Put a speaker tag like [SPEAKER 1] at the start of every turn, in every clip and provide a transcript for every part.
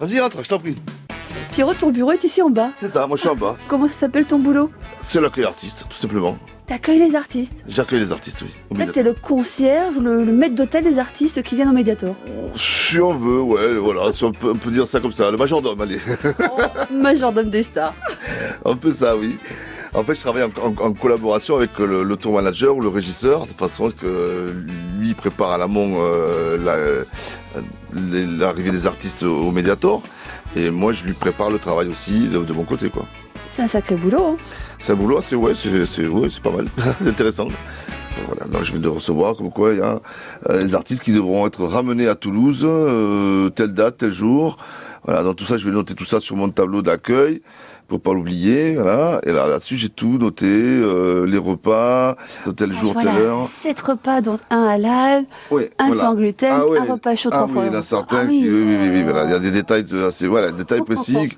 [SPEAKER 1] Vas-y, entre, je t'en prie.
[SPEAKER 2] Pierrot, ton bureau est ici en bas.
[SPEAKER 1] C'est ça, moi je suis en bas.
[SPEAKER 2] Comment ça s'appelle ton boulot
[SPEAKER 1] C'est l'accueil artiste, tout simplement.
[SPEAKER 2] T'accueilles les artistes.
[SPEAKER 1] J'accueille les artistes, oui. au
[SPEAKER 2] En
[SPEAKER 1] milieu.
[SPEAKER 2] fait, t'es le concierge, le, le maître d'hôtel des artistes qui viennent au Mediator.
[SPEAKER 1] Si on veut, ouais, voilà, si on peut, on peut dire ça comme ça. Le majordome, allez, Oh,
[SPEAKER 2] Majordome des stars.
[SPEAKER 1] un peu ça, oui. En fait, je travaille en, en- en collaboration avec le, le tour manager ou le régisseur, de façon à ce que lui prépare à l'amont euh, la- euh, les- l'arrivée des artistes au Mediator. Et moi, je lui prépare le travail aussi de, de mon côté, quoi.
[SPEAKER 2] C'est un sacré boulot. hein.
[SPEAKER 1] C'est un boulot, c'est ouais, c'est c'est- ouais, c'est pas mal, c'est intéressant. Voilà, donc je viens de recevoir comme quoi il y a euh, des artistes qui devront être ramenés à Toulouse, euh, telle date, tel jour. Voilà, donc tout ça, je vais noter tout ça sur mon tableau d'accueil pour pas l'oublier. Voilà, et là, là-dessus, j'ai tout noté, euh, les repas, tel
[SPEAKER 2] Ah,
[SPEAKER 1] jour, telle
[SPEAKER 2] voilà,
[SPEAKER 1] heure.
[SPEAKER 2] 7 repas, dont un halal,
[SPEAKER 1] Ouais,
[SPEAKER 2] un
[SPEAKER 1] voilà.
[SPEAKER 2] sans gluten,
[SPEAKER 1] Ah ouais.
[SPEAKER 2] un repas chaud
[SPEAKER 1] Ah
[SPEAKER 2] trois
[SPEAKER 1] oui,
[SPEAKER 2] fois.
[SPEAKER 1] il y en a certains
[SPEAKER 2] Ah
[SPEAKER 1] qui, oui, oui, oui, oui, voilà, il y a des détails euh, assez, voilà, des détails
[SPEAKER 2] Oh, oh,
[SPEAKER 1] précis.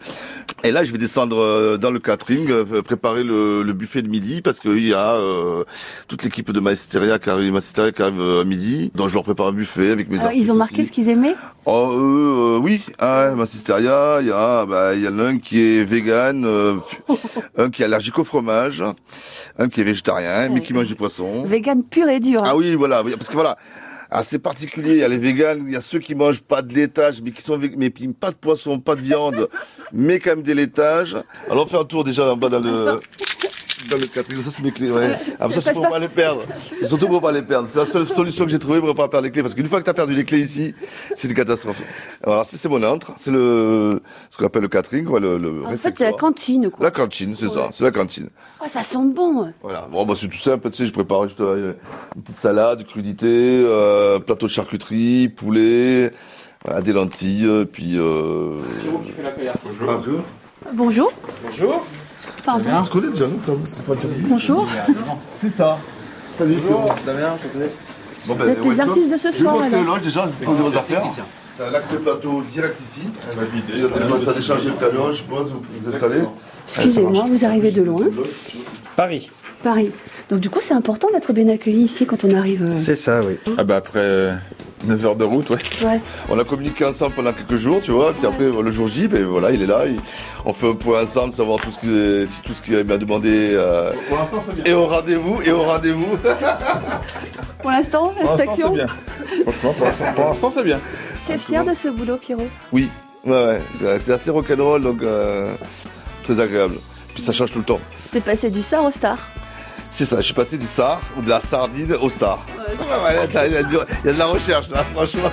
[SPEAKER 1] Et là, je vais descendre euh, dans le catering, euh, préparer le, le buffet de midi, parce qu'il y a euh, toute l'équipe de Maesteria qui arrive, Maesteria qui arrive euh, à midi, donc je leur prépare un buffet avec mes
[SPEAKER 2] Alors,
[SPEAKER 1] artistes
[SPEAKER 2] Euh, ils ont marqué
[SPEAKER 1] aussi.
[SPEAKER 2] ce qu'ils aimaient
[SPEAKER 1] Oh, euh, euh, oui, ah, Massisteria, il y a, bah, il y en a un qui est vegan, euh, un qui est allergique au fromage, un qui est végétarien, mais qui mange du poisson.
[SPEAKER 2] Vegan pur et dur. hein.
[SPEAKER 1] Ah oui, voilà, oui, parce que voilà, ah, c'est particulier. Il y a les véganes, il y a ceux qui mangent pas de laitage, mais qui sont vég- mais qui- pas de poisson, pas de viande, mais quand même des laitages. Alors on fait un tour déjà en bas dans le dans le catering. Ça c'est mes clés, ouais. Ah, mais ça c'est pour pas les perdre. C'est surtout pour pas les perdre. C'est la seule solution que j'ai trouvée pour pas perdre les clés, parce qu'une fois que t'as perdu les clés ici, c'est une catastrophe. Alors ça c'est mon entre, c'est le ce qu'on appelle le catering, quoi, le, le
[SPEAKER 2] en fait,
[SPEAKER 1] réfectoire.
[SPEAKER 2] la cantine, quoi.
[SPEAKER 1] La cantine, c'est ça, c'est la cantine.
[SPEAKER 2] Ah, ça sent bon.
[SPEAKER 1] Voilà, bon, bah, c'est tout simple, tu sais, je prépare juste euh, une petite salade, crudité, euh, plateau de charcuterie, poulet, voilà, des lentilles, euh, puis... Euh...
[SPEAKER 3] Pierrot qui fait l'accueil artiste.
[SPEAKER 1] Ah, que-
[SPEAKER 2] Bonjour.
[SPEAKER 3] Bonjour.
[SPEAKER 2] Pardon.
[SPEAKER 1] On se connaît déjà, non Tom C'est pas Euh, le Tom.
[SPEAKER 2] Bonjour.
[SPEAKER 1] C'est ça. Salut, Pierrot.
[SPEAKER 3] Damien, je te connais.
[SPEAKER 1] Bon, ben,
[SPEAKER 2] Vous êtes les artistes de ce
[SPEAKER 1] Je vais
[SPEAKER 2] soir,
[SPEAKER 1] monter le
[SPEAKER 2] alors.
[SPEAKER 1] loge déjà, je pose vos affaires. T'as l'accès plateau direct ici. Si vous avez commencé à décharger le camion, je pense, vous vous installez.
[SPEAKER 2] Excusez-moi, vous arrivez de loin.
[SPEAKER 4] Paris.
[SPEAKER 2] Paris. Donc, du coup, c'est important d'être bien accueilli ici quand on arrive. euh,
[SPEAKER 4] C'est ça, oui.
[SPEAKER 3] Ah bah après 9 heures de route, ouais.
[SPEAKER 2] ouais.
[SPEAKER 1] On a communiqué ensemble pendant quelques jours, tu vois, puis après le jour J, ben voilà, il est là, il- on fait un point ensemble, savoir tout ce qui, si tout ce qu'il m'a demandé euh,
[SPEAKER 3] Pour l'instant, c'est bien.
[SPEAKER 1] Et au rendez-vous, et au rendez-vous.
[SPEAKER 2] Pour l'instant, la
[SPEAKER 3] Pour l'instant,
[SPEAKER 2] station.
[SPEAKER 3] oh, c'est bien. Franchement, pour l'instant- pour l'instant, c'est bien.
[SPEAKER 2] Tu es fier de ce boulot, Pierrot
[SPEAKER 1] Oui, ouais, ouais, c'est- c'est assez rock'n'roll, donc euh, très agréable. Puis ça change tout le temps.
[SPEAKER 2] T'es passé du star au star.
[SPEAKER 1] C'est ça, je suis passé Ah du sar ou de la sardine au star. Ouais, ouais, attends, il y a du- il y a de la recherche là, franchement.